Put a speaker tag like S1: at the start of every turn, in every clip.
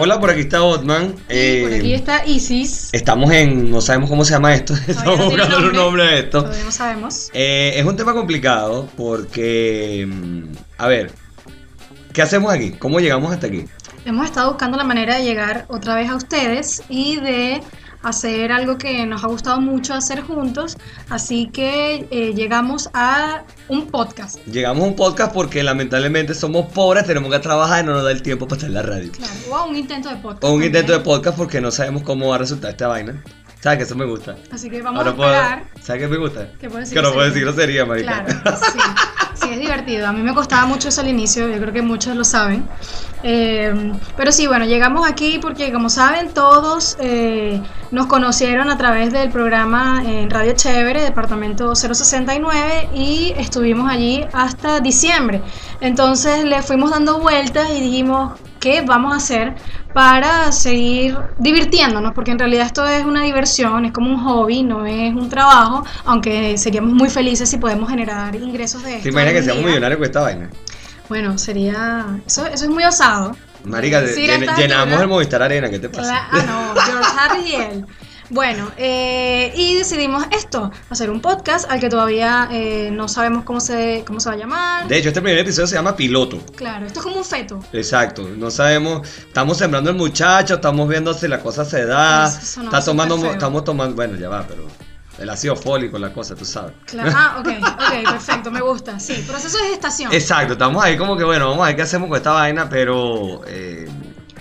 S1: Hola, por aquí está Otman. Eh,
S2: Y por aquí está Isis.
S1: Estamos en. No sabemos cómo se llama esto. Estamos
S2: no tiene
S1: buscando un
S2: nombre.
S1: nombre a esto.
S2: Todavía no sabemos.
S1: Eh, es un tema complicado porque. mm, A ver. ¿Qué hacemos aquí? ¿Cómo llegamos hasta aquí?
S2: Hemos estado buscando la manera de llegar otra vez a ustedes y de hacer algo que nos ha gustado mucho hacer juntos. Así que eh, llegamos a un podcast.
S1: Llegamos a un podcast porque lamentablemente somos pobres, tenemos que trabajar y no nos da el tiempo para estar en la radio.
S2: Claro, o a un intento de podcast.
S1: O un
S2: también.
S1: intento de podcast porque no sabemos cómo va a resultar esta vaina. ¿Sabes que eso me gusta?
S2: Así que vamos
S1: Ahora
S2: a
S1: puedo-
S2: esperar.
S1: ¿Sabes qué me gusta?
S2: Que puedo decir
S1: Que no
S2: grosería.
S1: puedo decir grosería, marica.
S2: Claro, sí. Sí, es divertido. A mí me costaba mucho eso al inicio, yo creo que muchos lo saben. Eh, pero sí, bueno, llegamos aquí porque, como saben, todos eh, nos conocieron a través del programa eh, en Radio Chévere, Departamento 069, y estuvimos allí hasta diciembre. Entonces le fuimos dando vueltas y dijimos, ¿qué vamos a hacer para seguir divirtiéndonos? Porque en realidad esto es una diversión, es como un hobby, no es un trabajo, aunque seríamos muy felices si podemos generar ingresos de esto.
S1: ¿Te imaginas que
S2: algún
S1: seamos
S2: día?
S1: millonarios con esta vaina?
S2: Bueno, sería... Eso, eso es muy osado.
S1: Marica,
S2: Sí,
S1: llen-
S2: está
S1: llenamos
S2: bien.
S1: el Movistar Arena, ¿qué te pasa?
S2: Cla- Ah, no, George Harry y él. Bueno, eh, y decidimos esto, hacer un podcast al que todavía eh, no sabemos cómo se, cómo se va a llamar.
S1: De hecho, este primer episodio se llama Piloto.
S2: Claro, esto es como un feto.
S1: Exacto, no sabemos, estamos sembrando el muchacho, estamos viendo si la cosa se da,
S2: Eso sonó
S1: está tomando,
S2: súper feo.
S1: estamos tomando, bueno, ya va, pero el ácido fólico, la cosa, tú sabes.
S2: Claro. Ah, ok, ok, perfecto, me gusta. Sí, proceso de gestación.
S1: Exacto, estamos ahí como que, bueno, vamos a ver qué hacemos con esta vaina, pero eh,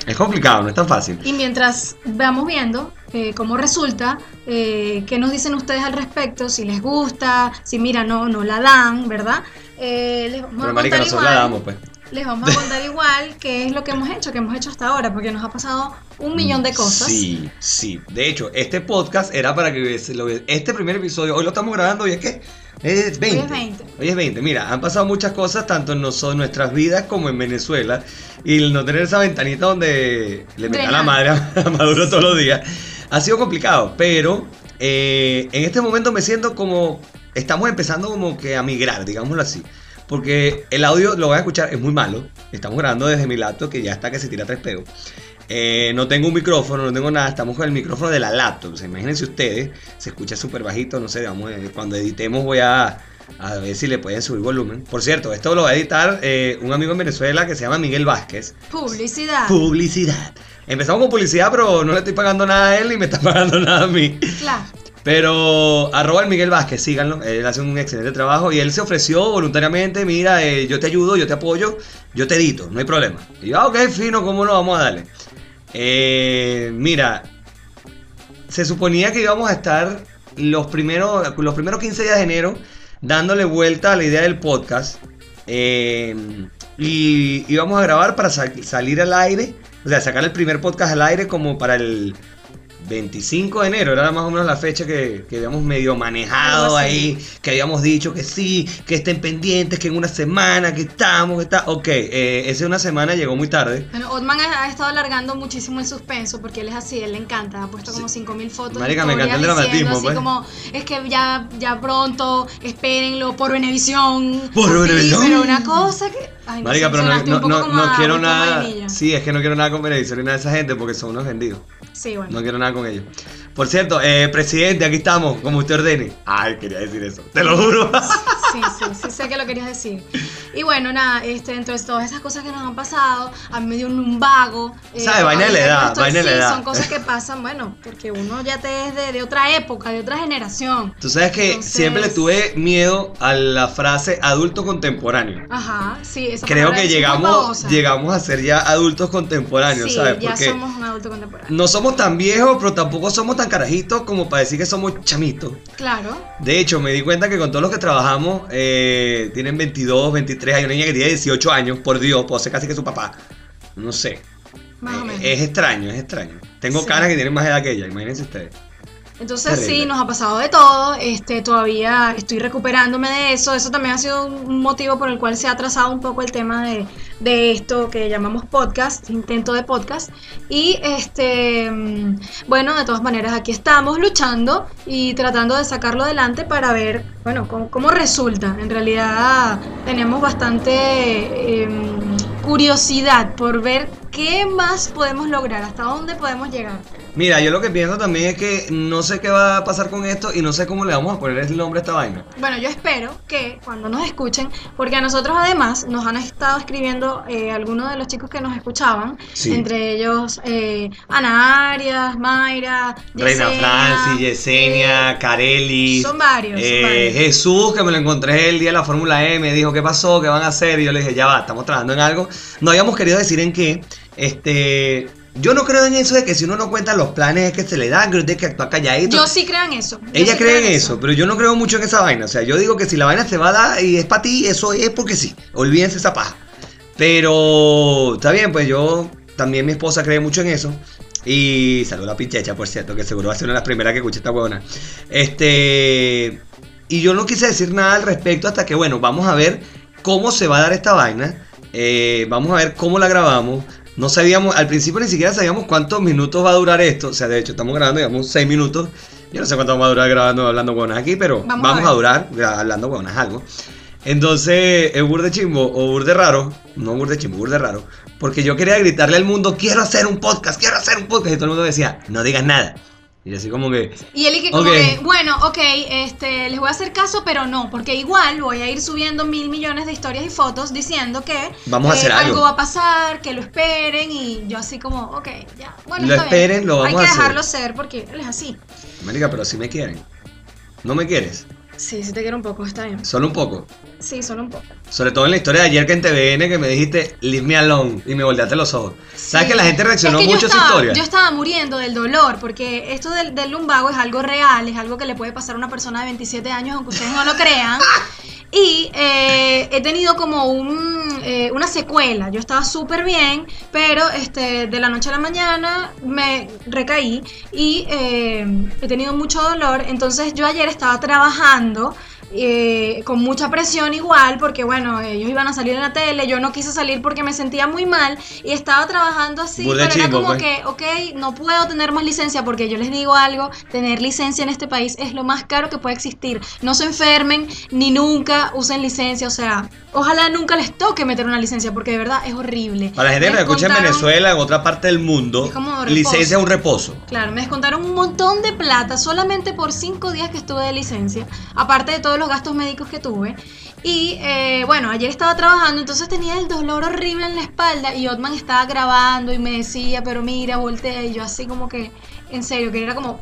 S1: es complicado, no es tan fácil.
S2: Y mientras vamos viendo eh, cómo resulta, eh, qué nos dicen ustedes al respecto, si les gusta, si mira, no, no la dan, ¿verdad? Eh, les vamos
S1: Pero
S2: a
S1: marica,
S2: contar
S1: nosotros
S2: igual,
S1: la damos, pues.
S2: les vamos a contar igual qué es lo que hemos hecho, que hemos hecho hasta ahora, porque nos ha pasado un millón de cosas.
S1: Sí, sí. De hecho, este podcast era para que hubiese- lo hubiese- este primer episodio, hoy lo estamos grabando y es que es 20.
S2: Hoy es 20.
S1: Hoy es 20. Mira, han pasado muchas cosas, tanto en noso- nuestras vidas como en Venezuela. Y el no tener esa ventanita donde le meta la
S2: Drenar.
S1: madre a a Maduro todos los días, ha sido complicado. Pero eh, en este momento me siento como, estamos empezando como que a migrar, digámoslo así. Porque el audio lo van a escuchar, es muy malo. Estamos grabando desde mi laptop que ya está que se tira tres peos. Eh, no tengo un micrófono, no tengo nada, estamos con el micrófono de la laptop. O sea, imagínense ustedes, se escucha súper bajito, no sé, vamos, eh, cuando editemos voy a, a ver si le pueden subir volumen. Por cierto, esto lo va a editar eh, un amigo en Venezuela que se llama Miguel Vázquez.
S2: Publicidad.
S1: Publicidad. Empezamos con publicidad, pero no le estoy pagando nada a él ni me está pagando nada a mí.
S2: Claro.
S1: Pero arroba el Miguel Vázquez, síganlo, él hace un excelente trabajo y él se ofreció voluntariamente, mira, eh, yo te ayudo, yo te apoyo, yo te edito, no hay problema. Y yo, ah, ok, fino, ¿cómo no? Vamos a darle. Eh, mira, se suponía que íbamos a estar los primeros, los primeros 15 días de enero dándole vuelta a la idea del podcast eh, y íbamos a grabar para sa- salir al aire, o sea, sacar el primer podcast al aire como para el 25 de enero, era más o menos la fecha que, que habíamos medio manejado
S2: Algo así.
S1: ahí, que habíamos dicho que sí, que estén pendientes, que en una semana, que estamos, que está. Ok, eh, esa una semana llegó muy tarde.
S2: Bueno, Otman ha, ha estado alargando muchísimo el suspenso porque él es así, él le encanta. Ha puesto como 5.000 fotos.
S1: Marica, me
S2: historias,
S1: encanta el
S2: diciendo
S1: dramatismo, pues.
S2: Así como, es que ya, ya pronto, espérenlo por Venevisión.
S1: Por
S2: así,
S1: Venevisión.
S2: Pero una cosa que. Ay, no
S1: Marica,
S2: sé,
S1: pero no,
S2: sonaste un
S1: no-
S2: poco
S1: no-
S2: como
S1: no
S2: a
S1: quiero
S2: Rico
S1: nada.
S2: Vainilla.
S1: Sí, es que no quiero nada con Benedicción ni nada de esa gente porque son unos vendidos.
S2: Sí, bueno.
S1: No quiero nada con ellos. Por cierto, eh, presidente, aquí estamos, como usted ordene. Ay, quería decir eso, te lo juro.
S2: Sí, sí, sí, sé que lo querías decir. Y bueno, nada, este, dentro de todas esas cosas que nos han pasado, a mí me dio un lumbago.
S1: ¿Sabe? Vaina de la
S2: todavía
S1: edad,
S2: no estoy-
S1: vaina de la
S2: sí,
S1: edad.
S2: Son cosas que pasan, bueno, porque uno ya te es de, de otra época, de otra generación.
S1: Tú sabes que
S2: Entonces-
S1: siempre le tuve miedo a la frase adulto contemporáneo.
S2: Ajá, sí, esa
S1: Creo
S2: palabra
S1: que
S2: es muy
S1: llegamos,
S2: babosa.
S1: llegamos a ser ya adultos contemporáneos,
S2: sí,
S1: ¿sabes?
S2: ya
S1: Porque
S2: somos un adulto contemporáneo.
S1: no somos tan viejos, pero tampoco somos tan carajitos como para decir que somos chamitos.
S2: Claro.
S1: De hecho, me di cuenta que con todos los que trabajamos, eh, tienen 22, 23, hay una niña que tiene 18 años, por Dios, puedo ser casi que su papá. No sé.
S2: Más o
S1: Eh,
S2: menos.
S1: Es extraño, es extraño. Tengo
S2: Sí.
S1: caras que tienen más edad que ella, imagínense ustedes.
S2: Entonces sí, nos ha pasado de todo, este, todavía estoy recuperándome de eso, eso también ha sido un motivo por el cual se ha atrasado un poco el tema de, de esto que llamamos podcast, intento de podcast, y este, bueno, de todas maneras aquí estamos luchando y tratando de sacarlo adelante para ver, bueno, cómo, cómo resulta, en realidad tenemos bastante eh, curiosidad por ver qué más podemos lograr, hasta dónde podemos llegar.
S1: Mira, yo lo que pienso también es que no sé qué va a pasar con esto y no sé cómo le vamos a poner el nombre a esta vaina.
S2: Bueno, yo espero que cuando nos escuchen, porque a nosotros además nos han estado escribiendo eh, algunos de los chicos que nos escuchaban, sí. entre ellos eh, Ana Arias, Mayra,
S1: Reina Francis, Yesenia, eh, Carelli.
S2: Son varios, son varios,
S1: Eh, Jesús, que me lo encontré el día de la Fórmula E, me dijo, ¿qué pasó? ¿Qué van a hacer? Y yo le dije, ya va, estamos trabajando en algo. No habíamos querido decir en qué. Este, yo no creo en eso de que si uno no cuenta los planes es que se le da, creo que actúa calladito.
S2: Yo sí creo en eso. Yo
S1: Ella
S2: sí
S1: cree en eso, eso, pero yo no creo mucho en esa vaina. O sea, yo digo que si la vaina se va a dar y es para ti, eso es porque sí. Olvídense esa paja. Pero está bien, pues yo también mi esposa cree mucho en eso. Y saluda a Pinchecha, por cierto, que seguro va a ser una de las primeras que escuché esta huevona. Este. Y yo no quise decir nada al respecto hasta que, bueno, vamos a ver cómo se va a dar esta vaina. Eh, vamos a ver cómo la grabamos. No sabíamos, al principio ni siquiera sabíamos cuántos minutos va a durar esto. O sea, de hecho, estamos grabando, digamos, 6 minutos. Yo no sé cuánto vamos a durar grabando, hablando huevonas aquí, pero vamos, vamos a, a, durar hablando huevonas algo. Entonces, es burde chimbo o burde raro. No burde chimbo, burde raro. Porque yo quería gritarle al mundo, quiero hacer un podcast, quiero hacer un podcast. Y todo el mundo decía, no digas nada. Y así como que...
S2: Y él y que como okay. que, bueno, ok, este, les voy a hacer caso, pero no, porque igual voy a ir subiendo mil millones de historias y fotos diciendo que
S1: Vamos a hacer
S2: eh,
S1: algo.
S2: algo. va a pasar, que lo esperen y yo así como, ok, ya, bueno,
S1: lo
S2: está
S1: esperen,
S2: bien.
S1: lo vamos
S2: Hay que
S1: a hacer.
S2: dejarlo ser porque él es así.
S1: Marica, pero si me quieren. ¿No me quieres?
S2: Sí, sí te quiero un poco, está bien.
S1: ¿Solo un poco?
S2: Sí, solo un poco.
S1: Sobre todo en la historia de ayer que en TVN que me dijiste, leave me alone, y me volteaste los ojos. Sí. ¿Sabes que la gente reaccionó
S2: es que
S1: mucho
S2: yo estaba,
S1: a esa historia?
S2: Yo estaba muriendo del dolor, porque esto del, del, lumbago es algo real, es algo que le puede pasar a una persona de 27 años, aunque ustedes no lo crean. Y eh, he tenido como un, eh, una secuela. Yo estaba súper bien, pero este, de la noche a la mañana me recaí y eh, he tenido mucho dolor. Entonces yo ayer estaba trabajando. Eh, con mucha presión igual, porque bueno, ellos iban a salir en la tele, yo no quise salir porque me sentía muy mal y estaba trabajando así,
S1: Burda
S2: pero era
S1: chimbo,
S2: como
S1: pues.
S2: que, ok, no puedo tener más licencia porque yo les digo algo, tener licencia en este país es lo más caro que puede existir. No se enfermen ni nunca usen licencia, o sea, ojalá nunca les toque meter una licencia porque de verdad es horrible.
S1: Para la gente que
S2: Me
S1: nos escucha en
S2: descontaron-
S1: Venezuela, en otra parte del mundo,
S2: Es como reposo.
S1: licencia es un reposo.
S2: Claro, me descontaron un montón de plata solamente por cinco días que estuve de licencia, aparte de todos los gastos médicos que tuve. Y eh, bueno, ayer estaba trabajando, entonces tenía el dolor horrible en la espalda y Otman estaba grabando y me decía, pero mira, voltea y yo así como que, en serio, que era como...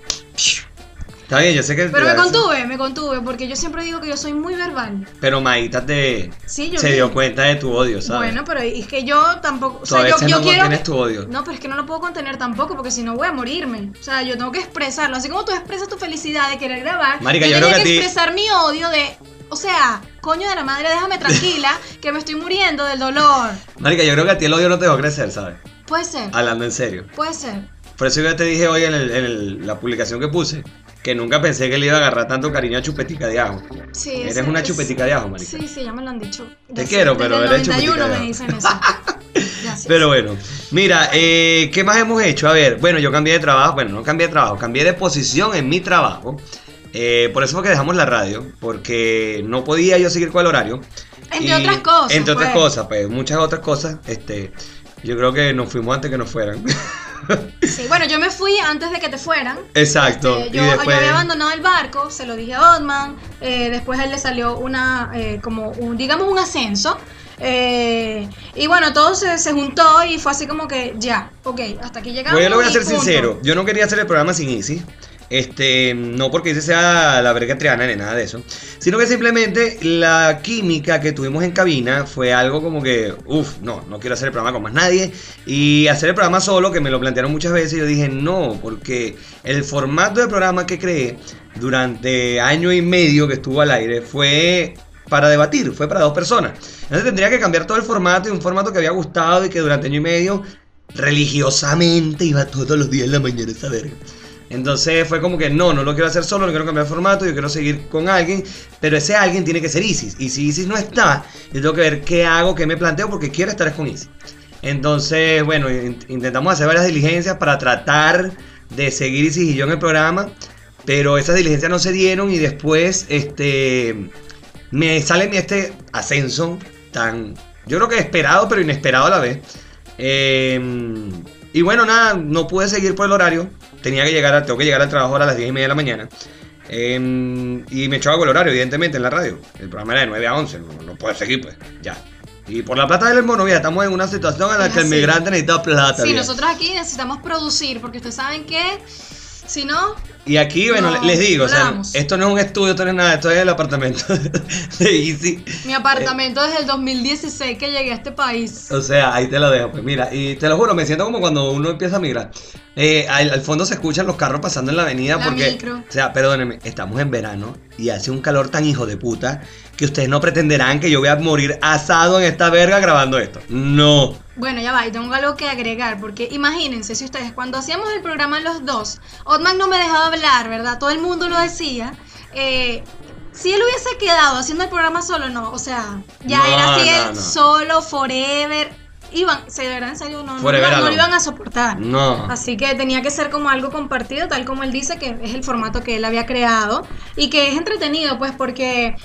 S1: Está bien, yo sé que.
S2: Pero me contuve, me contuve, porque yo siempre digo que yo soy muy verbal.
S1: Pero Maíta te.
S2: Sí, yo
S1: se
S2: vi.
S1: dio cuenta de tu odio, ¿sabes?
S2: Bueno, pero es que yo tampoco... O
S1: Tú a
S2: sea, yo,
S1: veces
S2: yo
S1: no
S2: quiero...
S1: contienes tu odio.
S2: No, pero es que no lo puedo contener tampoco, porque si no voy a morirme. O sea, yo tengo que expresarlo. Así como tú expresas tu felicidad de querer grabar,
S1: Marica,
S2: yo,
S1: yo creo
S2: tenía
S1: que a ti-
S2: expresar mi odio de. O sea, coño de la madre, déjame tranquila, que me estoy muriendo del dolor.
S1: Marica, yo creo que a ti el odio no te va a crecer, ¿sabes?
S2: Puede ser,
S1: Hablando en serio.
S2: puede ser.
S1: Por eso yo te dije hoy en, el- en el- la publicación que puse que nunca pensé que le iba a agarrar tanto cariño a Chupetica de Ajo.
S2: Sí,
S1: Eres
S2: ese-
S1: una
S2: ese-
S1: chupetica de ajo, marica.
S2: Sí, sí, ya me lo han dicho.
S1: Te
S2: Ya
S1: quiero,
S2: sé,
S1: pero
S2: desde el
S1: eres chupetica
S2: 91
S1: de
S2: me
S1: ajo.
S2: dicen eso. Gracias.
S1: Pero bueno, mira, eh, ¿qué más hemos hecho? A ver, bueno, yo cambié de trabajo, bueno, no cambié de trabajo, cambié de posición en mi trabajo. Eh, por eso fue que dejamos la radio, porque no podía yo seguir con el horario.
S2: Entre
S1: Y-
S2: otras cosas,
S1: Entre otras
S2: pues.
S1: cosas, pues, muchas otras cosas. Este, yo creo que nos fuimos antes que nos fueran.
S2: Sí, bueno, yo me fui antes de que te fueran.
S1: Exacto.
S2: Este, yo,
S1: y
S2: yo
S1: después,
S2: había abandonado el barco, se lo dije a Otman, eh, después a él le salió una, eh, como un, digamos un ascenso, eh, y bueno, todo se, se juntó y fue así como que ya, ok, hasta aquí llegamos.
S1: Pues yo lo voy a
S2: y
S1: ser
S2: punto.
S1: sincero, yo no quería hacer el programa sin Easy. Este, no porque Izzy sea la verga triana ni nada de eso, sino que simplemente la química que tuvimos en cabina fue algo como que, uff, no, no quiero hacer el programa con más nadie. Y hacer el programa solo, que me lo plantearon muchas veces, yo dije no, porque el formato del programa que creé durante año y medio que estuvo al aire fue para debatir, fue para dos personas. Entonces tendría que cambiar todo el formato y un formato que había gustado y que durante año y medio religiosamente iba todos los días en la mañana esa verga. Entonces fue como que no, no lo quiero hacer solo, no quiero cambiar el formato, yo quiero seguir con alguien, pero ese alguien tiene que ser Isis. Y si Isis no está, yo tengo que ver qué hago, qué me planteo, porque quiero estar con Isis. Entonces, bueno, in- intentamos hacer varias diligencias para tratar de seguir Isis y yo en el programa, pero esas diligencias no se dieron y después este, me sale mi este ascenso tan, yo creo que esperado, pero inesperado a la vez. Eh, y bueno, nada, no pude seguir por el horario. Tenía que llegar, a- tengo que llegar al trabajo ahora a las 10 y media de la mañana. Eh, y me echaba con el horario, evidentemente, en la radio. El programa era de 9 a 11, no, no puedes seguir, pues, ya. Y por la plata del hermano, vieja, estamos en una situación en la
S2: Es
S1: que el
S2: así.
S1: migrante necesita plata.
S2: Ah, Sí,
S1: vieja.
S2: nosotros aquí necesitamos producir, porque ustedes saben que si no,
S1: Y aquí, bueno,
S2: No,
S1: les digo, o sea,
S2: volamos.
S1: esto no es un estudio, esto no es nada, esto es el apartamento de Easy.
S2: mi apartamento desde el 2016 que llegué a este país.
S1: O sea, ahí te lo dejo, pues mira, y te lo juro, me siento como cuando uno empieza a migrar. Eh, al, al fondo se escuchan los carros pasando en la avenida
S2: La
S1: porque,
S2: micro.
S1: o sea, perdónenme, estamos en verano y hace un calor tan hijo de puta que ustedes no pretenderán que yo voy a morir asado en esta verga grabando esto. No.
S2: Bueno, ya va, y tengo algo que agregar, porque imagínense si ustedes, cuando hacíamos el programa los dos, Otman no me dejaba hablar, ¿verdad? Todo el mundo lo decía. eh, si él hubiese quedado haciendo el programa solo, no, o sea, ya
S1: No,
S2: era así,
S1: no,
S2: él
S1: no.
S2: solo, forever. Iban, se verán en serio, no, no,
S1: Forever
S2: no, no lo
S1: alone.
S2: iban a soportar.
S1: No.
S2: Así que tenía que ser como algo compartido, tal como él dice, que es el formato que él había creado y que es entretenido, pues porque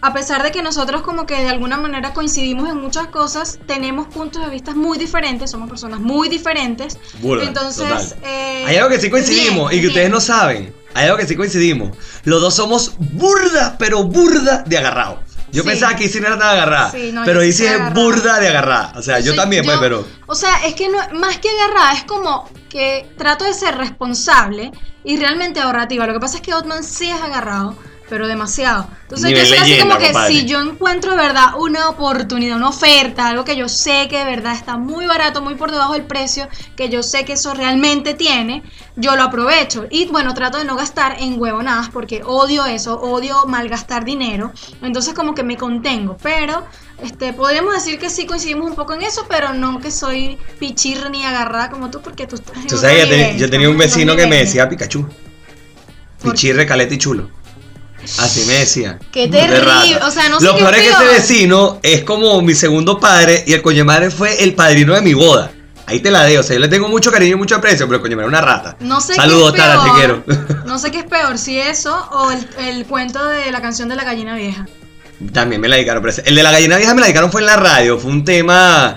S2: a pesar de que nosotros como que de alguna manera coincidimos en muchas cosas, tenemos puntos de vista muy diferentes, somos personas muy diferentes.
S1: Burda,
S2: Entonces,
S1: total.
S2: eh,
S1: Hay algo que sí coincidimos
S2: bien,
S1: y que ustedes
S2: bien.
S1: no saben. Hay algo que sí coincidimos. Los dos somos burda, pero burda de agarrado. Yo
S2: Sí.
S1: pensaba que Izzy no era tan agarrada,
S2: Sí, no,
S1: pero
S2: yo sí
S1: Izzy
S2: soy
S1: es
S2: agarrada.
S1: burda de agarrada. O sea, yo,
S2: soy-
S1: también, pues,
S2: yo-
S1: pero...
S2: O sea, es que no, más que agarrada, es como que trato de ser responsable y realmente ahorrativa. Lo que pasa es que Otman sí es agarrado, pero demasiado. Entonces
S1: Nivel
S2: yo soy así
S1: leyenda,
S2: como que
S1: compadre.
S2: si yo encuentro, ¿verdad? Una oportunidad, una oferta, algo que yo sé que, de ¿verdad? Está muy barato, muy por debajo del precio, que yo sé que eso realmente tiene, yo lo aprovecho. Y bueno, trato de no gastar en huevonadas porque odio eso, odio malgastar dinero. Entonces como que me contengo, pero... Este, podríamos decir que sí coincidimos un poco en eso, pero no que soy pichir ni agarrada como tú, porque tú estás en
S1: Tú
S2: otro
S1: sabes, yo, te-
S2: nivel,
S1: yo tenía un
S2: estamos en
S1: vecino
S2: dos
S1: que me
S2: niveles.
S1: decía Pikachu.
S2: ¿Por
S1: Pichirre, caleta y chulo. Así me decía.
S2: Qué
S1: De
S2: terrible,
S1: rata.
S2: o sea, no sé
S1: Lo
S2: qué
S1: peor es que
S2: peor.
S1: ese vecino es como mi segundo padre y el coño madre fue el padrino de mi boda. Ahí te la dejo. O sea, yo le tengo mucho cariño y mucho aprecio, pero el coño madre es una rata.
S2: No sé
S1: Saludos,
S2: qué es
S1: Tara,
S2: peor.
S1: te quiero.
S2: No sé qué es peor, si eso o el, el cuento de la canción de la gallina vieja.
S1: También me la dedicaron. Pero ese- el de la gallina vieja me la dedicaron fue en la radio. Fue un tema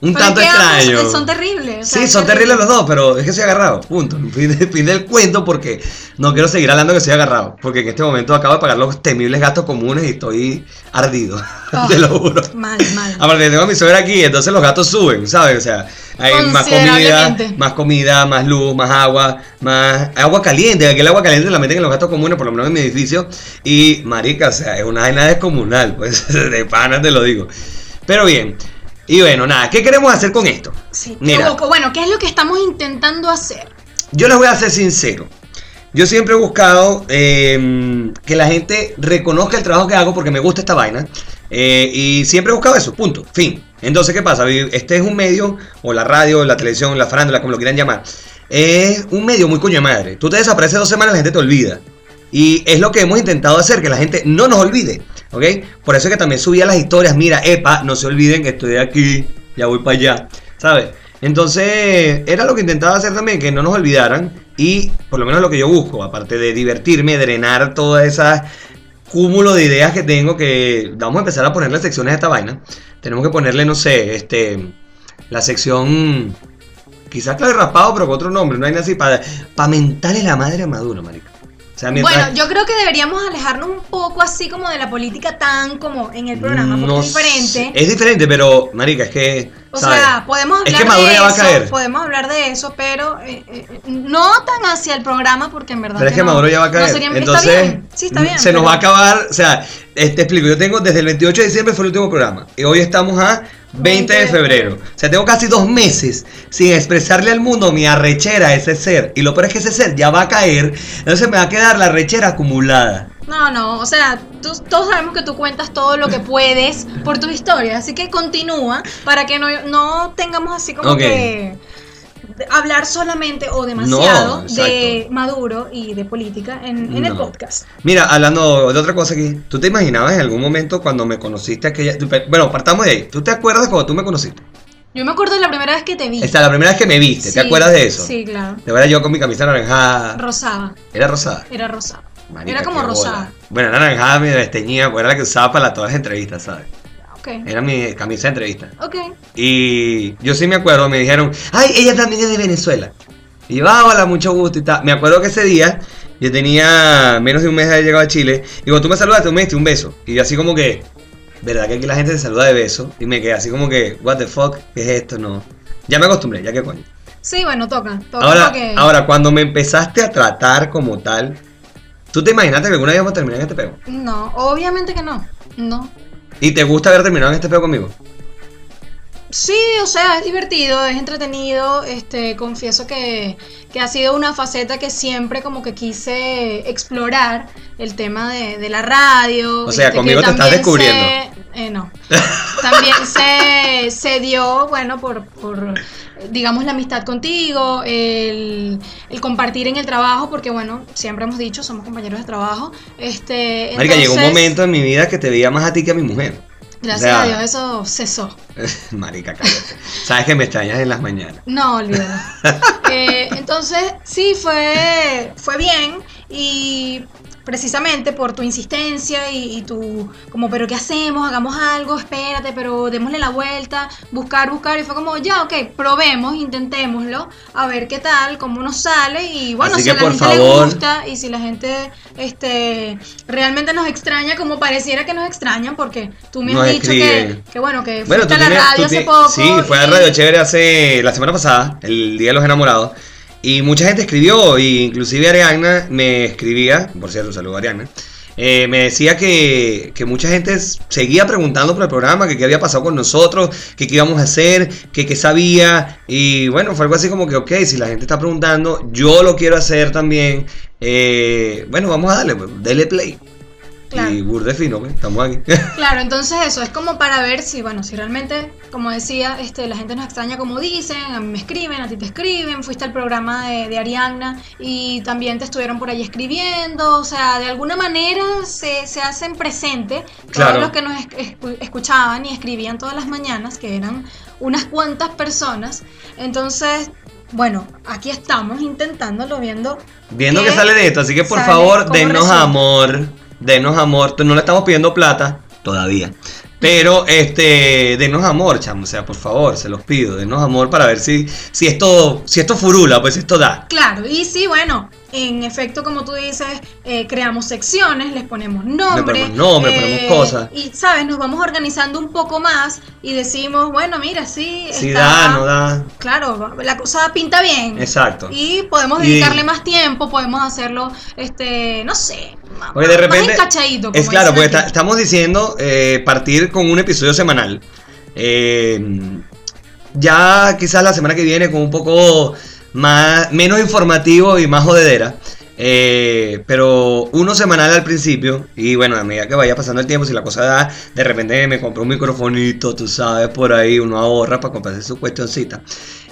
S1: un
S2: Pero
S1: tanto
S2: es que ambos
S1: extraño.
S2: son terribles. o sea,
S1: Sí,
S2: es
S1: son
S2: terrible.
S1: terribles los dos, pero es que soy agarrado. Punto. Fin, de- fin del cuento porque no quiero seguir hablando que soy agarrado. Porque en este momento acabo de pagar los temibles gastos comunes y estoy ardido.
S2: Ah.
S1: Te lo juro.
S2: Mal, mal.
S1: Aparte, tengo a mi suegra aquí, entonces los gastos suben, ¿sabes? O sea, hay más comida,
S2: Considerablemente.
S1: más comida, más luz, más agua, más agua caliente. Aquel agua caliente la meten en los gastos comunes, por lo menos en mi edificio. Y, marica, o sea, es una vaina descomunal, pues, de pana te lo digo. Pero bien, y bueno, nada, ¿qué queremos hacer con esto?
S2: Sí, qué
S1: Mira.
S2: loco. Bueno, ¿qué es lo que estamos intentando hacer?
S1: Yo les voy a ser sincero. Yo siempre he buscado eh, que la gente reconozca el trabajo que hago porque me gusta esta vaina. eh, y siempre he buscado eso, punto, fin. Entonces, ¿qué pasa? Vi- Este es un medio, o la radio, la televisión, la farándula, como lo quieran llamar. Es un medio muy coño de madre. Tú te desapareces dos semanas, la gente te olvida. Y es lo que hemos intentado hacer, que la gente no nos olvide, ¿ok? Por eso es que también subía las historias, mira, epa, no se olviden que estoy aquí, ya voy para allá, ¿sabes? Entonces, era lo que intentaba hacer también, que no nos olvidaran y por lo menos lo que yo busco, aparte de divertirme, drenar todas esas cúmulo de ideas que tengo que vamos a empezar a ponerle secciones a esta vaina. Tenemos que ponerle, no sé, este, la sección mm, quizás clave raspado, pero con otro nombre, no hay nada así para pa mentarle la madre a Maduro, marica. O sea, mientras-
S2: Bueno, yo creo que deberíamos alejarnos un poco así como de la política tan como en el programa, porque
S1: No
S2: es diferente.
S1: sé, Es diferente, pero marica, es que
S2: O
S1: ¿sabes?
S2: sea, podemos
S1: Es
S2: hablar
S1: que Maduro
S2: de
S1: ya va a
S2: eso,
S1: caer.
S2: podemos hablar de eso, pero eh, eh, no tan hacia el programa porque en verdad
S1: Pero es que
S2: no.
S1: Maduro ya va a
S2: No
S1: caer.
S2: sería- está
S1: Entonces,
S2: bien, sí, está bien,
S1: se nos
S2: pero-
S1: va a acabar. O sea, eh, te explico. Yo tengo desde el 28 de diciembre fue el último programa. Y hoy estamos a 20 de febrero. O sea, tengo casi dos meses sin expresarle al mundo mi arrechera a ese ser. Y lo peor es que ese ser ya va a caer. Entonces me va a quedar la arrechera acumulada.
S2: No, no, o sea, tú- todos sabemos que tú cuentas todo lo que puedes por tus historias, así que continúa para que no, no tengamos así como
S1: Ok.
S2: que hablar solamente o demasiado
S1: No,
S2: de
S1: exacto.
S2: Maduro y de política en, en el
S1: No.
S2: podcast.
S1: Mira, hablando de otra cosa aquí, ¿tú te imaginabas en algún momento cuando me conociste aquella... Bueno, partamos de ahí. ¿Tú te acuerdas cuando tú me conociste?
S2: Yo me acuerdo de la primera vez que te vi.
S1: Esta, la primera vez que me viste,
S2: Sí,
S1: ¿te acuerdas de eso?
S2: Sí, claro.
S1: De verdad yo con mi camisa naranjada.
S2: Rosada,
S1: Era rosada.
S2: era rosada.
S1: Marica,
S2: era como
S1: qué bola.
S2: rosada.
S1: Bueno, era naranjada, me desteñía, porque era la que usaba para todas las entrevistas, ¿sabes?
S2: Ok.
S1: Era mi camisa de entrevista.
S2: Ok.
S1: Y yo sí me acuerdo, me dijeron, ay, ella también es de Venezuela. Y yo, ah, hola, mucho gusto y tal. Me acuerdo que ese día yo tenía menos de un mes de haber llegado a Chile. Y cuando tú me saludaste, tú me diste un beso. Y yo así como que, ¿verdad que aquí la gente se saluda de beso? Y me quedé así como que, what the fuck, ¿qué es esto? No. Ya me acostumbré, ya que coño.
S2: Sí, bueno, toca. toca
S1: Ahora,
S2: porque-
S1: ahora, cuando me empezaste a tratar como tal, ¿tú te imaginaste que alguna vez vamos a terminar en este peo?
S2: No, obviamente que no. No.
S1: ¿Y te gusta haber terminado en este peo conmigo?
S2: Sí, o sea, es divertido, es entretenido. Este, confieso que, que ha sido una faceta que siempre como que quise explorar el tema de, de la radio. este,
S1: O sea,
S2: que
S1: conmigo te estás
S2: también
S1: descubriendo.
S2: se- eh, no. También se, se dio, bueno, por, por, digamos, la amistad contigo, el, el compartir en el trabajo, porque bueno, siempre hemos dicho, somos compañeros de trabajo. Este,
S1: Marica, llegó un
S2: entonces,
S1: momento en mi vida que te veía más a ti que a mi mujer.
S2: Gracias
S1: o sea,
S2: a Dios, eso cesó.
S1: Marica, cállate. Sabes que me extrañas en las mañanas.
S2: No, olvídalo. Eh, entonces, sí, fue, fue bien y precisamente por tu insistencia y, y tu, como, pero ¿qué hacemos? Hagamos algo, espérate, pero démosle la vuelta, buscar, buscar. Y fue como, ya, ok, probemos, intentémoslo, a ver qué tal, cómo nos sale. Y bueno,
S1: Así que,
S2: si a la
S1: por
S2: gente
S1: favor.
S2: le gusta y si la gente este, realmente nos extraña, como pareciera que nos extrañan, porque tú me
S1: Nos
S2: has dicho que,
S1: escriben.
S2: que, bueno, que
S1: Bueno,
S2: fuiste
S1: tú
S2: a la
S1: tienes-
S2: radio
S1: tú
S2: hace
S1: tienes-
S2: poco.
S1: Sí, fue a
S2: y-
S1: Radio Chévere hace la semana pasada, el Día de los Enamorados. Y mucha gente escribió, y inclusive Ariana me escribía, por cierto, un saludo a Ariana, eh, me decía que, que mucha gente s- seguía preguntando por el programa, que qué había pasado con nosotros, que qué íbamos a hacer, que qué sabía, y bueno, fue algo así como que, ok, si la gente está preguntando, yo lo quiero hacer también, eh, bueno, vamos a darle, pues, dele play.
S2: Claro.
S1: Y burde fino, pues, estamos aquí.
S2: Claro, entonces eso es como para ver si, bueno, si realmente, como decía, este, la gente nos extraña como dicen, a mí me escriben, a ti te escriben, fuiste al programa de, de Ariana y también te estuvieron por ahí escribiendo, o sea, de alguna manera se, se hacen presente todos
S1: Claro.
S2: los que nos es- escu- escuchaban y escribían todas las mañanas, que eran unas cuantas personas, entonces, bueno, aquí estamos intentándolo, viendo
S1: Viendo
S2: ¿Qué?
S1: que sale de esto, así que por
S2: Sale
S1: favor,
S2: como
S1: denos
S2: resulta.
S1: amor, denos amor. No le estamos pidiendo plata todavía, pero este, denos amor, chamo, o sea, por favor, se los pido, denos amor para ver si si esto si esto furula, pues si esto da.
S2: Claro, y sí, bueno, en efecto, como tú dices, eh, creamos secciones, les ponemos nombre. eh,
S1: ponemos nombre, ponemos cosas.
S2: Y, ¿sabes? Nos vamos organizando un poco más y decimos, bueno, mira, sí.
S1: Si
S2: está-
S1: da, no da.
S2: Claro, va- la cosa pinta bien.
S1: Exacto.
S2: Y podemos
S1: Y-
S2: dedicarle más tiempo, podemos hacerlo, este, no sé, ma-
S1: Porque de
S2: más
S1: repente
S2: encachadito, como
S1: es claro,
S2: dicen
S1: porque
S2: aquí.
S1: está- estamos diciendo eh, partir con un episodio semanal. Eh, ya quizás la semana que viene con un poco más menos informativo y más jodedera. Eh, pero uno semanal al principio y bueno, a medida que vaya pasando el tiempo, si la cosa da, de repente me compré un microfonito, tú sabes, por ahí uno ahorra para comprarse su cuestioncita.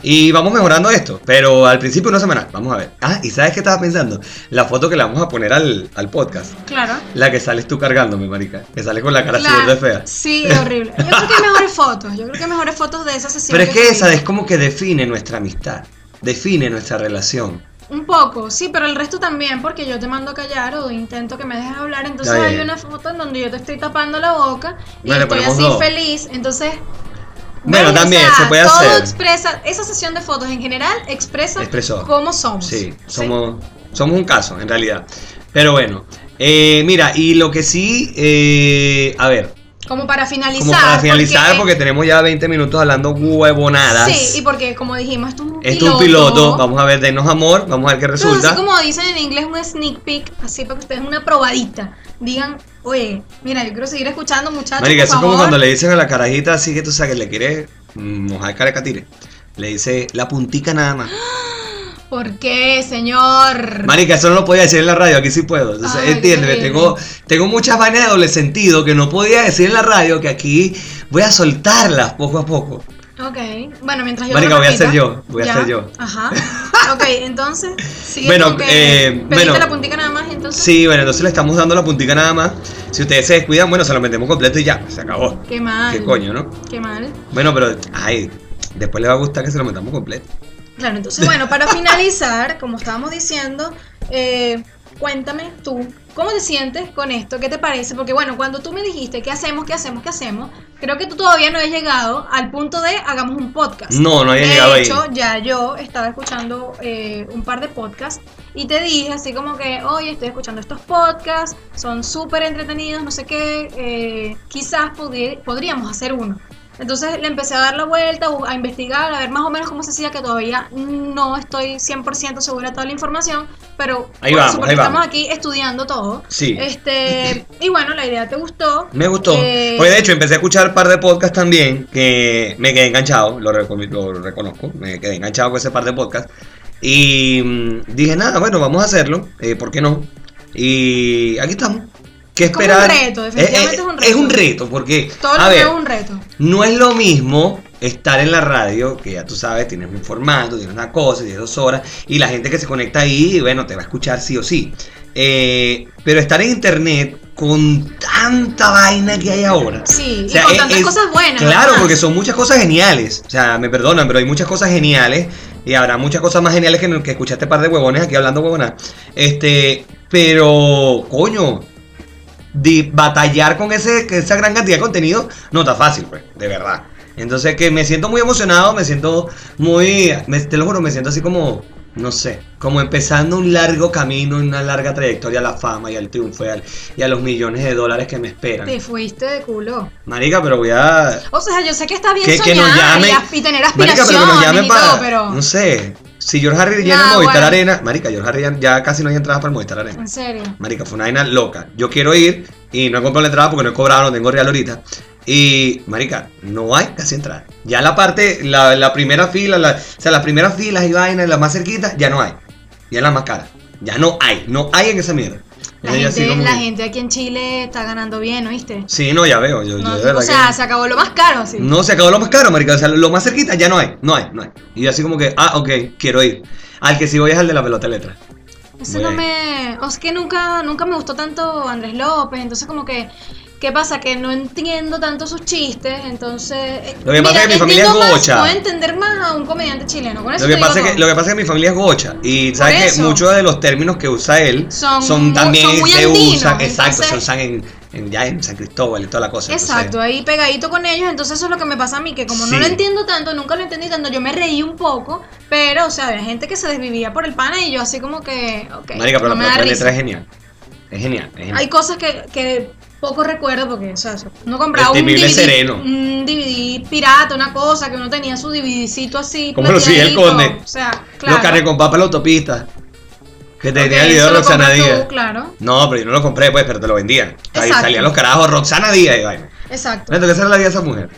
S1: Y vamos mejorando esto, pero al principio uno semanal, vamos a ver. Ah, y sabes qué estaba pensando, la foto que le vamos a poner al, al podcast.
S2: Claro.
S1: La que sales tú cargándome, marica. Que sales con la cara
S2: Claro,
S1: así de fea.
S2: Sí, horrible. Yo creo que hay mejores fotos. Yo creo que hay mejores fotos de esa sesión.
S1: Pero es que esa
S2: tuvimos.
S1: es como que define nuestra amistad. Define nuestra relación.
S2: Un poco, sí, pero el resto también, porque yo te mando a callar o intento que me dejes hablar. Entonces
S1: Está
S2: hay
S1: bien.
S2: una foto en donde yo te estoy tapando la boca y
S1: Bueno,
S2: estoy
S1: ponemos
S2: así
S1: dos.
S2: feliz. Entonces,
S1: Bueno,
S2: ¿ves? O
S1: también
S2: sea,
S1: se puede
S2: todo
S1: hacer.
S2: expresa, esa sesión de fotos en general expresa
S1: Expresó.
S2: cómo somos.
S1: Sí, somos, somos un caso, en realidad. Pero bueno. eh, mira, y lo que sí. eh, a ver,
S2: Como para finalizar.
S1: como para finalizar, porque, tenemos ya 20 minutos hablando huevonadas.
S2: Sí, y porque como dijimos, esto es un
S1: Esto es un piloto. Vamos a ver, denos amor. Vamos a ver qué
S2: Entonces,
S1: resulta.
S2: así como dicen en inglés, un sneak peek, así para que ustedes una probadita. Digan, oye, mira, yo quiero seguir escuchando, muchachos.
S1: Marica,
S2: por
S1: eso es como
S2: favor".
S1: cuando le dicen a la carajita así que tú sabes que le quieres mm, mojar caracatire. Le dice la puntica nada más.
S2: ¿Por qué, señor?
S1: Marica, eso no lo podía decir en la radio, aquí sí puedo. Entonces,
S2: Ay,
S1: entiéndeme,
S2: qué bien.
S1: tengo, tengo muchas vainas de doble sentido que no podía decir en la radio, que aquí voy a soltarlas poco a poco.
S2: Ok, bueno, mientras yo.
S1: Marica,
S2: lo
S1: voy a ser
S2: repita.
S1: yo, voy a
S2: Ya,
S1: ser yo.
S2: Ajá. Ok, entonces. Sigue
S1: Bueno,
S2: tú, que
S1: eh,
S2: pediste
S1: bueno.
S2: la puntica nada más, entonces.
S1: Sí, bueno, entonces le estamos dando la puntica nada más. Si ustedes se descuidan, bueno, se lo metemos completo y ya, se acabó.
S2: Qué mal.
S1: Qué coño, ¿no?
S2: Qué mal.
S1: Bueno, pero, ay, después les va a gustar que se lo metamos completo.
S2: Claro, entonces, bueno, para finalizar, como estábamos diciendo, eh, cuéntame tú, ¿cómo te sientes con esto? ¿Qué te parece? Porque, bueno, cuando tú me dijiste qué hacemos, qué hacemos, qué hacemos, creo que tú todavía no has llegado al punto de hagamos un podcast.
S1: No, no había llegado
S2: De
S1: ahí.
S2: hecho, ya yo estaba escuchando eh, un par de podcasts y te dije así como que, oye, estoy escuchando estos podcasts, son súper entretenidos, no sé qué, eh, quizás podri- podríamos hacer uno. Entonces le empecé a dar la vuelta, bu- a investigar, a ver más o menos cómo se hacía, que todavía no estoy 100% segura de toda la información, pero
S1: Ahí
S2: por
S1: vamos,
S2: supuesto,
S1: ahí vamos.
S2: estamos aquí estudiando todo.
S1: Sí.
S2: Este, y bueno, la idea te gustó.
S1: Me gustó.
S2: Eh,
S1: Porque de hecho empecé a escuchar un par de podcasts también que me quedé enganchado, lo, recom- lo reconozco, me quedé enganchado con ese par de podcasts. Y mm, dije, nada, bueno, vamos a hacerlo, eh, ¿por qué no? Y aquí estamos. ¿Qué
S2: Es como un
S1: esperar? Eh,
S2: reto, definitivamente es un reto.
S1: Es un reto, porque
S2: Todo
S1: a
S2: lo que
S1: ver,
S2: es un reto.
S1: no es lo mismo estar en la radio, que ya tú sabes, tienes un formato, tienes una cosa, tienes dos horas, y la gente que se conecta ahí, bueno, te va a escuchar sí o sí. Eh, pero estar en internet con tanta vaina que hay ahora.
S2: Sí,
S1: O sea,
S2: y con
S1: es-
S2: tantas
S1: es-
S2: cosas buenas.
S1: Claro,
S2: además.
S1: porque son muchas cosas geniales. O sea, me perdonan, pero hay muchas cosas geniales. Y habrá muchas cosas más geniales que, no- que escuchaste par de huevones aquí hablando huevonas. Este, pero, coño, de batallar con ese, que esa gran cantidad de contenido no está fácil, pues, de verdad. Entonces, que me siento muy emocionado, me siento muy. me- te lo juro, me siento así como. No sé, como empezando un largo camino, una larga trayectoria a la fama y al triunfo y, al- y a los millones de dólares que me esperan.
S2: Te fuiste de culo.
S1: Marica, pero voy a.
S2: O sea, yo sé que está bien
S1: Que, que nos
S2: soñar
S1: llamen.
S2: y, asp- y tener
S1: Marica,
S2: aspiraciones
S1: pero que nos llamen
S2: y
S1: para.
S2: todo, pero
S1: No sé. Si George Harry llena
S2: Nah,
S1: Movistar
S2: bueno.
S1: Arena. Marica, George Harry ya, ya casi no hay entradas para el Movistar Arena.
S2: en serio.
S1: Marica, fue una vaina loca. Yo quiero ir y no he comprado la entrada porque no he cobrado, no tengo real ahorita. Y, marica, no hay casi entrada. Ya la parte, la, la primera fila, la- o sea, las primeras filas y vainas, las más cerquitas, ya no hay. Ya es la más cara. Ya no hay, no hay en esa mierda.
S2: La,
S1: Entonces, yo así
S2: gente,
S1: como
S2: la
S1: que-
S2: gente aquí en Chile está ganando bien, ¿oíste?
S1: Sí, no, ya veo. Yo, yo
S2: No,
S1: de verdad
S2: o sea,
S1: que-
S2: se acabó lo más caro, sí.
S1: No, se acabó lo más caro, marica. O sea, lo más cerquita ya no hay, no hay, no hay. Y yo así como que, ah, ok, quiero ir. Al que sí voy es al de la pelota de letra.
S2: Eso no
S1: Bueno.
S2: me. O sea, que nunca, nunca me gustó tanto Andrés López. Entonces, como que. ¿Qué pasa? Que no entiendo tanto sus chistes. Entonces. eh,
S1: Lo que pasa es que mi familia es
S2: entiendo más-
S1: gocha.
S2: Puedo entender más a un comediante chileno. Con eso
S1: Lo que,
S2: te digo
S1: pasa es que,
S2: todo.
S1: lo que pasa es que mi familia es gocha y sabes que
S2: eso.
S1: muchos de los términos que usa él
S2: Son
S1: son,
S2: mu-
S1: también
S2: son muy
S1: se
S2: andinos,
S1: usan, exacto,
S2: entonces-
S1: se usan en, en- ya en San Cristóbal y toda la cosa. entonces-
S2: Exacto, ahí pegadito con ellos, entonces eso es lo que me pasa a mí, que como no
S1: Sí.
S2: lo entiendo tanto, nunca lo entendí tanto, yo me reí un poco, pero, o sea, había gente que se desvivía por el pana y yo así como que, ok,
S1: marica, pero
S2: no me
S1: la
S2: da
S1: pelota de
S2: risa.
S1: letra es genial. Es genial, es genial.
S2: Hay cosas que, que poco recuerdo porque, o sea, no
S1: El
S2: compraba un
S1: temible
S2: DVD,
S1: sereno.
S2: un DVD pirata, una cosa, que uno tenía su DVDcito así.
S1: Como lo sigue el
S2: plateadito,
S1: Conde.
S2: O sea, claro.
S1: Los carré con papa en la autopista. Que
S2: Ok,
S1: tenía el video
S2: eso
S1: de
S2: lo
S1: Roxana
S2: compras tú,
S1: Díaz.
S2: Claro,
S1: No, pero yo no lo compré, pues, pero te lo vendían. Ahí
S2: Exacto.
S1: salían los carajos, Roxana Díaz y vaina.
S2: exacto.
S1: Neto, ¿qué será la vida de esa mujer?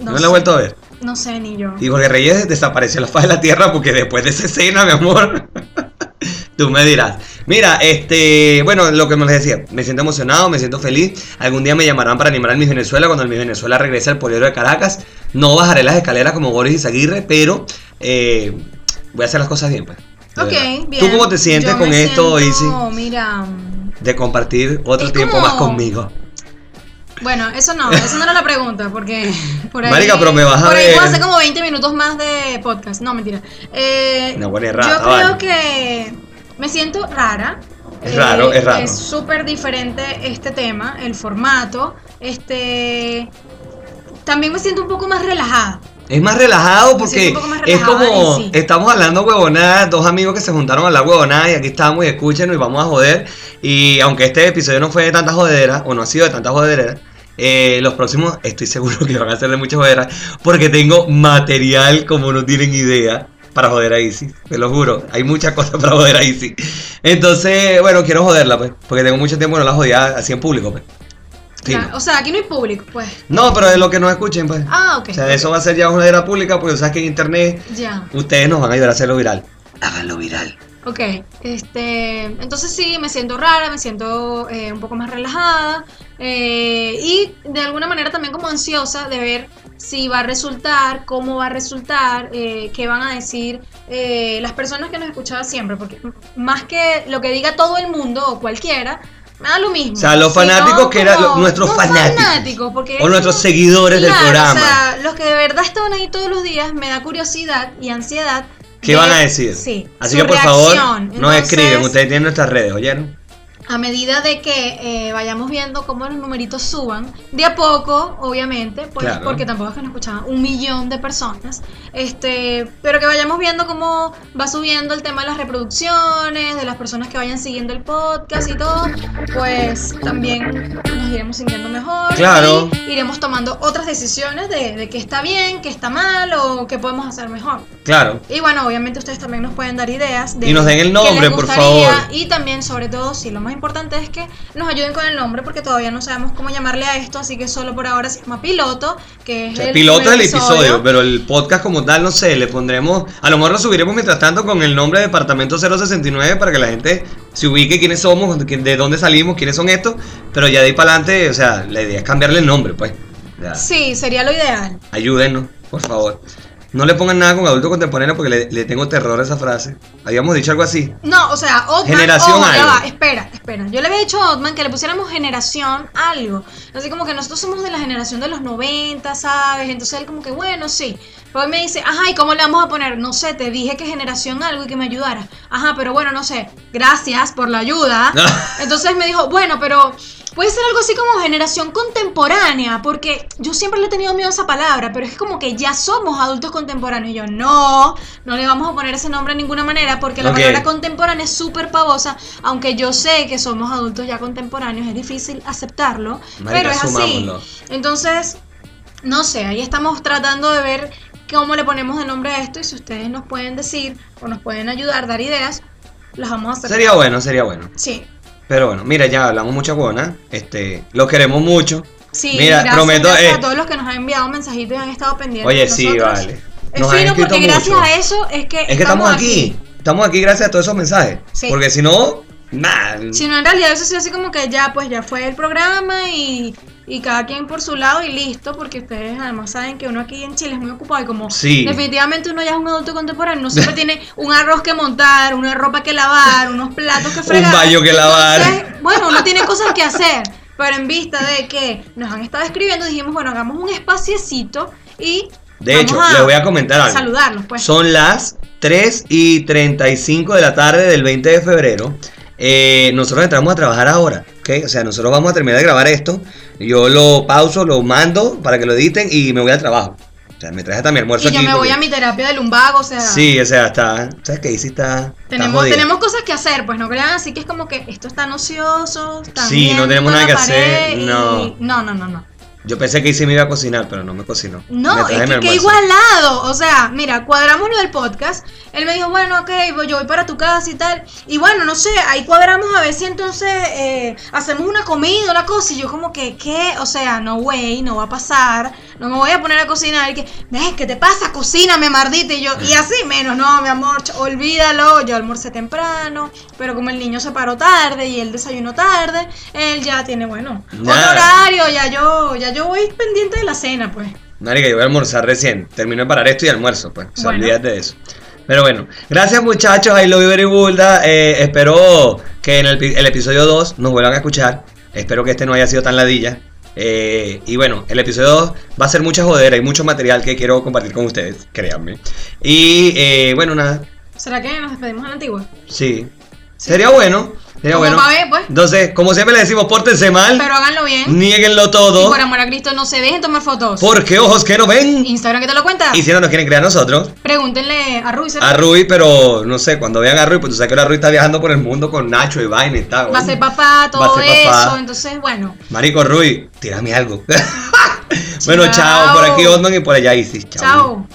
S1: No, la
S2: sé,
S1: he vuelto a ver.
S2: No sé, ni yo.
S1: Y Jorge Reyes desapareció de la faz de la tierra porque después de esa escena, mi amor, tú me dirás. Mira, este, bueno, lo que me les decía, me siento emocionado, me siento feliz. Algún día me llamarán para animar al Miss Venezuela. Cuando el Miss Venezuela regrese al poliedro de Caracas, no bajaré las escaleras como Boris Izaguirre, pero eh, voy a hacer las cosas bien, pues. de
S2: Ok,
S1: verdad.
S2: bien.
S1: ¿Tú cómo te sientes
S2: Yo
S1: con
S2: me
S1: esto, Izzy?
S2: siento, Mira,
S1: De compartir otro
S2: Es
S1: tiempo
S2: como-
S1: más conmigo.
S2: Bueno, eso no, eso no era la pregunta, porque por ahí.
S1: Marica, pero me vas a
S2: Por ahí
S1: ver.
S2: puedo hacer como 20 minutos más de podcast. No, mentira. Eh,
S1: No, bueno, es rata,
S2: yo creo
S1: vale.
S2: que me siento rara. Eh,
S1: Es raro, es raro.
S2: Es súper diferente este tema, el formato. Este. También me siento un poco más relajada.
S1: Es más relajado
S2: siento
S1: porque
S2: un poco más
S1: es
S2: relajada,
S1: como
S2: y sí.
S1: estamos hablando huevonadas, dos amigos que se juntaron a hablar huevonadas y aquí estamos y escúchenos y vamos a joder. Y aunque este episodio no fue de tantas jodederas, o no ha sido de tantas jodederas, eh, los próximos estoy seguro que van a ser de muchas joderas porque tengo material como no tienen idea para joder a Isis, te lo juro, hay muchas cosas para joder a Isis. Entonces, bueno, quiero joderla pues, porque tengo mucho tiempo que no la jodía así en público pues. Fino.
S2: O sea, aquí no hay público, pues.
S1: No, pero de lo que no escuchen pues.
S2: Ah, ok.
S1: O sea, eso va a ser ya una jodera pública porque sabes que en internet
S2: Ya,
S1: Ustedes nos van a ayudar a hacerlo viral. Háganlo viral.
S2: ok. Este, entonces sí, me siento rara, me siento eh, un poco más relajada. eh, y de alguna manera también como ansiosa de ver si va a resultar, cómo va a resultar, eh, qué van a decir eh, las personas que nos escuchaban siempre, porque más que lo que diga todo el mundo o cualquiera, me da lo mismo.
S1: O sea, los
S2: sino
S1: fanáticos que eran
S2: como-
S1: nuestros
S2: no
S1: fanáticos.
S2: porque
S1: O nuestros seguidores del
S2: Claro,
S1: programa.
S2: O sea, los que de verdad estaban ahí todos los días, me da curiosidad y ansiedad.
S1: ¿Qué
S2: ver-
S1: van a decir?
S2: Sí.
S1: Así
S2: su
S1: que por favor,
S2: reacción.
S1: nos
S2: Entonces,
S1: escriben. Ustedes tienen nuestras redes, ¿oyeron?
S2: a medida de que eh, vayamos viendo cómo los numeritos suban, de a poco, obviamente, pues,
S1: Claro.
S2: porque tampoco es que nos escuchaban un millón de personas, este, pero que vayamos viendo cómo va subiendo el tema de las reproducciones, de las personas que vayan siguiendo el podcast y todo, pues también nos iremos sintiendo mejor.
S1: Claro.
S2: Y iremos tomando otras decisiones de, de qué está bien, qué está mal o qué podemos hacer mejor.
S1: Claro.
S2: Y bueno, obviamente ustedes también nos pueden dar ideas. De
S1: Y nos den el
S2: qué
S1: nombre,
S2: les
S1: por
S2: gustaría.
S1: favor.
S2: Y también, sobre todo, sí, lo más importante es que nos ayuden con el nombre porque todavía no sabemos cómo llamarle a esto, así que solo por ahora se llama piloto, que es
S1: O sea,
S2: el
S1: piloto
S2: primer
S1: del episodio, pero el podcast como tal, no sé, le pondremos, a lo mejor lo subiremos mientras tanto con el nombre de Departamento 069 para que la gente se ubique quiénes somos, de- de dónde salimos, quiénes son estos, pero ya de ahí para adelante, o sea, la idea es cambiarle el nombre, pues. Ya,
S2: Sí, sería lo ideal.
S1: Ayúdenos, por favor. No le pongan nada con adulto contemporáneo porque le, le tengo terror a esa frase. Habíamos dicho algo así.
S2: No, o sea, Otman,
S1: Generación
S2: ojo, ya
S1: algo.
S2: va, espera, espera. Yo le había dicho a Otman que le pusiéramos generación algo. Así como que nosotros somos de la generación de los 90, ¿sabes? Entonces él como que, bueno, sí. Pero él me dice, ajá, ¿y cómo le vamos a poner? No sé, te dije que generación algo y que me ayudara. Ajá, pero bueno, no sé. Gracias por la ayuda. Entonces me dijo, bueno, pero puede ser algo así como generación contemporánea, porque yo siempre le he tenido miedo a esa palabra, pero es como que ya somos adultos contemporáneos. Y yo, no, no le vamos a poner ese nombre de ninguna manera, porque la
S1: Ok.
S2: palabra contemporánea es súper pavosa, aunque yo sé que somos adultos ya contemporáneos, es difícil aceptarlo,
S1: Marica,
S2: pero es
S1: sumámoslo.
S2: así. Entonces, no sé, ahí estamos tratando de ver cómo le ponemos de nombre a esto y si ustedes nos pueden decir o nos pueden ayudar, dar ideas, las vamos a hacer.
S1: Sería bueno, sería bueno.
S2: Sí.
S1: Pero bueno, mira, ya hablamos mucha buena. Este, los queremos mucho.
S2: Sí,
S1: Mira,
S2: gracias,
S1: prometo,
S2: gracias
S1: eh.
S2: a todos los que nos han enviado mensajitos y han estado pendientes.
S1: Oye,
S2: de
S1: sí,
S2: nosotros.
S1: vale.
S2: Es
S1: Nos han
S2: fino
S1: escrito
S2: porque gracias
S1: mucho.
S2: a eso es que,
S1: Es que estamos, aquí. Estamos aquí gracias a todos esos mensajes.
S2: Sí.
S1: Porque si no, nada.
S2: Si no, en realidad eso sí así como que ya, pues ya fue el programa y, y cada quien por su lado y listo, porque ustedes además saben que uno aquí en Chile es muy ocupado y como
S1: Sí.
S2: definitivamente uno ya es un adulto contemporáneo, uno siempre tiene un arroz que montar, una ropa que lavar, unos platos que fregar.
S1: un baño que lavar.
S2: Entonces, bueno, uno tiene cosas que hacer, pero en vista de que nos han estado escribiendo, dijimos, bueno, hagamos un espaciecito y
S1: de
S2: vamos
S1: hecho, les voy a comentar algo.
S2: saludarlos, pues.
S1: Son las 3 y 35 de la tarde del 20 de febrero. Eh, nosotros entramos a trabajar ahora, ¿ok? O sea, nosotros vamos a terminar de grabar esto. Yo lo pauso, lo mando para que lo editen y me voy al trabajo. O sea, me traje hasta mi almuerzo
S2: y yo
S1: aquí
S2: me voy
S1: porque-
S2: a mi terapia de lumbago, o sea,
S1: Sí, o sea, está. ¿Sabes qué? Izzy está. está
S2: tenemos,
S1: jodida.
S2: tenemos cosas que hacer, pues no crean, así que es como que esto está ocioso, está
S1: Sí, no tenemos nada que hacer, no.
S2: no, no, no, no.
S1: Yo pensé que Izzy me iba a cocinar, pero no me cocinó. Me
S2: No,
S1: traje
S2: es
S1: mi
S2: que qué
S1: almuerzo.
S2: igualado. O sea, mira, cuadramos lo del podcast. Él me dijo, bueno, ok, voy- yo voy para tu casa y tal. Y bueno, no sé, ahí cuadramos a ver si entonces eh, hacemos una comida, una cosa. Y yo como que, ¿qué? O sea, no, güey, no va a pasar. No me voy a poner a cocinar. Y que, "Ves, ¿qué te pasa? Cocíname, mardita. Y yo, y
S1: Mm.
S2: así menos, no, mi amor, ch- olvídalo. Yo almorcé temprano, pero como el niño se paró tarde y él desayunó tarde, él ya tiene, bueno, otro
S1: Nada.
S2: horario. Ya yo, ya yo voy pendiente de la cena, pues.
S1: Marica, yo voy a almorzar recién. Termino de parar esto y almuerzo, pues. O sea,
S2: Bueno.
S1: olvídate de eso. Pero bueno, gracias muchachos, I love you very Bulda. Eh, espero que en el, pi- el episodio 2 nos vuelvan a escuchar. Espero que este no haya sido tan ladilla. Eh, y bueno, el episodio 2 va a ser mucha jodera y mucho material que quiero compartir con ustedes, créanme. Y eh, bueno, nada,
S2: ¿Será que nos despedimos a la antigua?
S1: sí. Sería bueno, sería
S2: Como
S1: Eh, bueno.
S2: pa' ver, pues.
S1: Entonces, como siempre le decimos, pórtense mal,
S2: Pero háganlo bien.
S1: nieguenlo
S2: Y
S1: todo,
S2: por amor a Cristo, no se dejen tomar fotos.
S1: porque ojos que no ven,
S2: Instagram que te lo cuenta.
S1: y si no nos quieren creer a nosotros.
S2: Pregúntenle a Ruiz.
S1: A Rui, pero no sé, cuando vean a Rui, pues tú sabes que ahora Rui está viajando por el mundo con Nacho y vaina y tal.
S2: Va a
S1: güey.
S2: ser papá, todo
S1: Va a ser papá.
S2: eso. Entonces, bueno.
S1: Marico Rui, tírame algo. bueno, chao.
S2: Chao.
S1: Por aquí Osman y por allá Isis.
S2: Chao.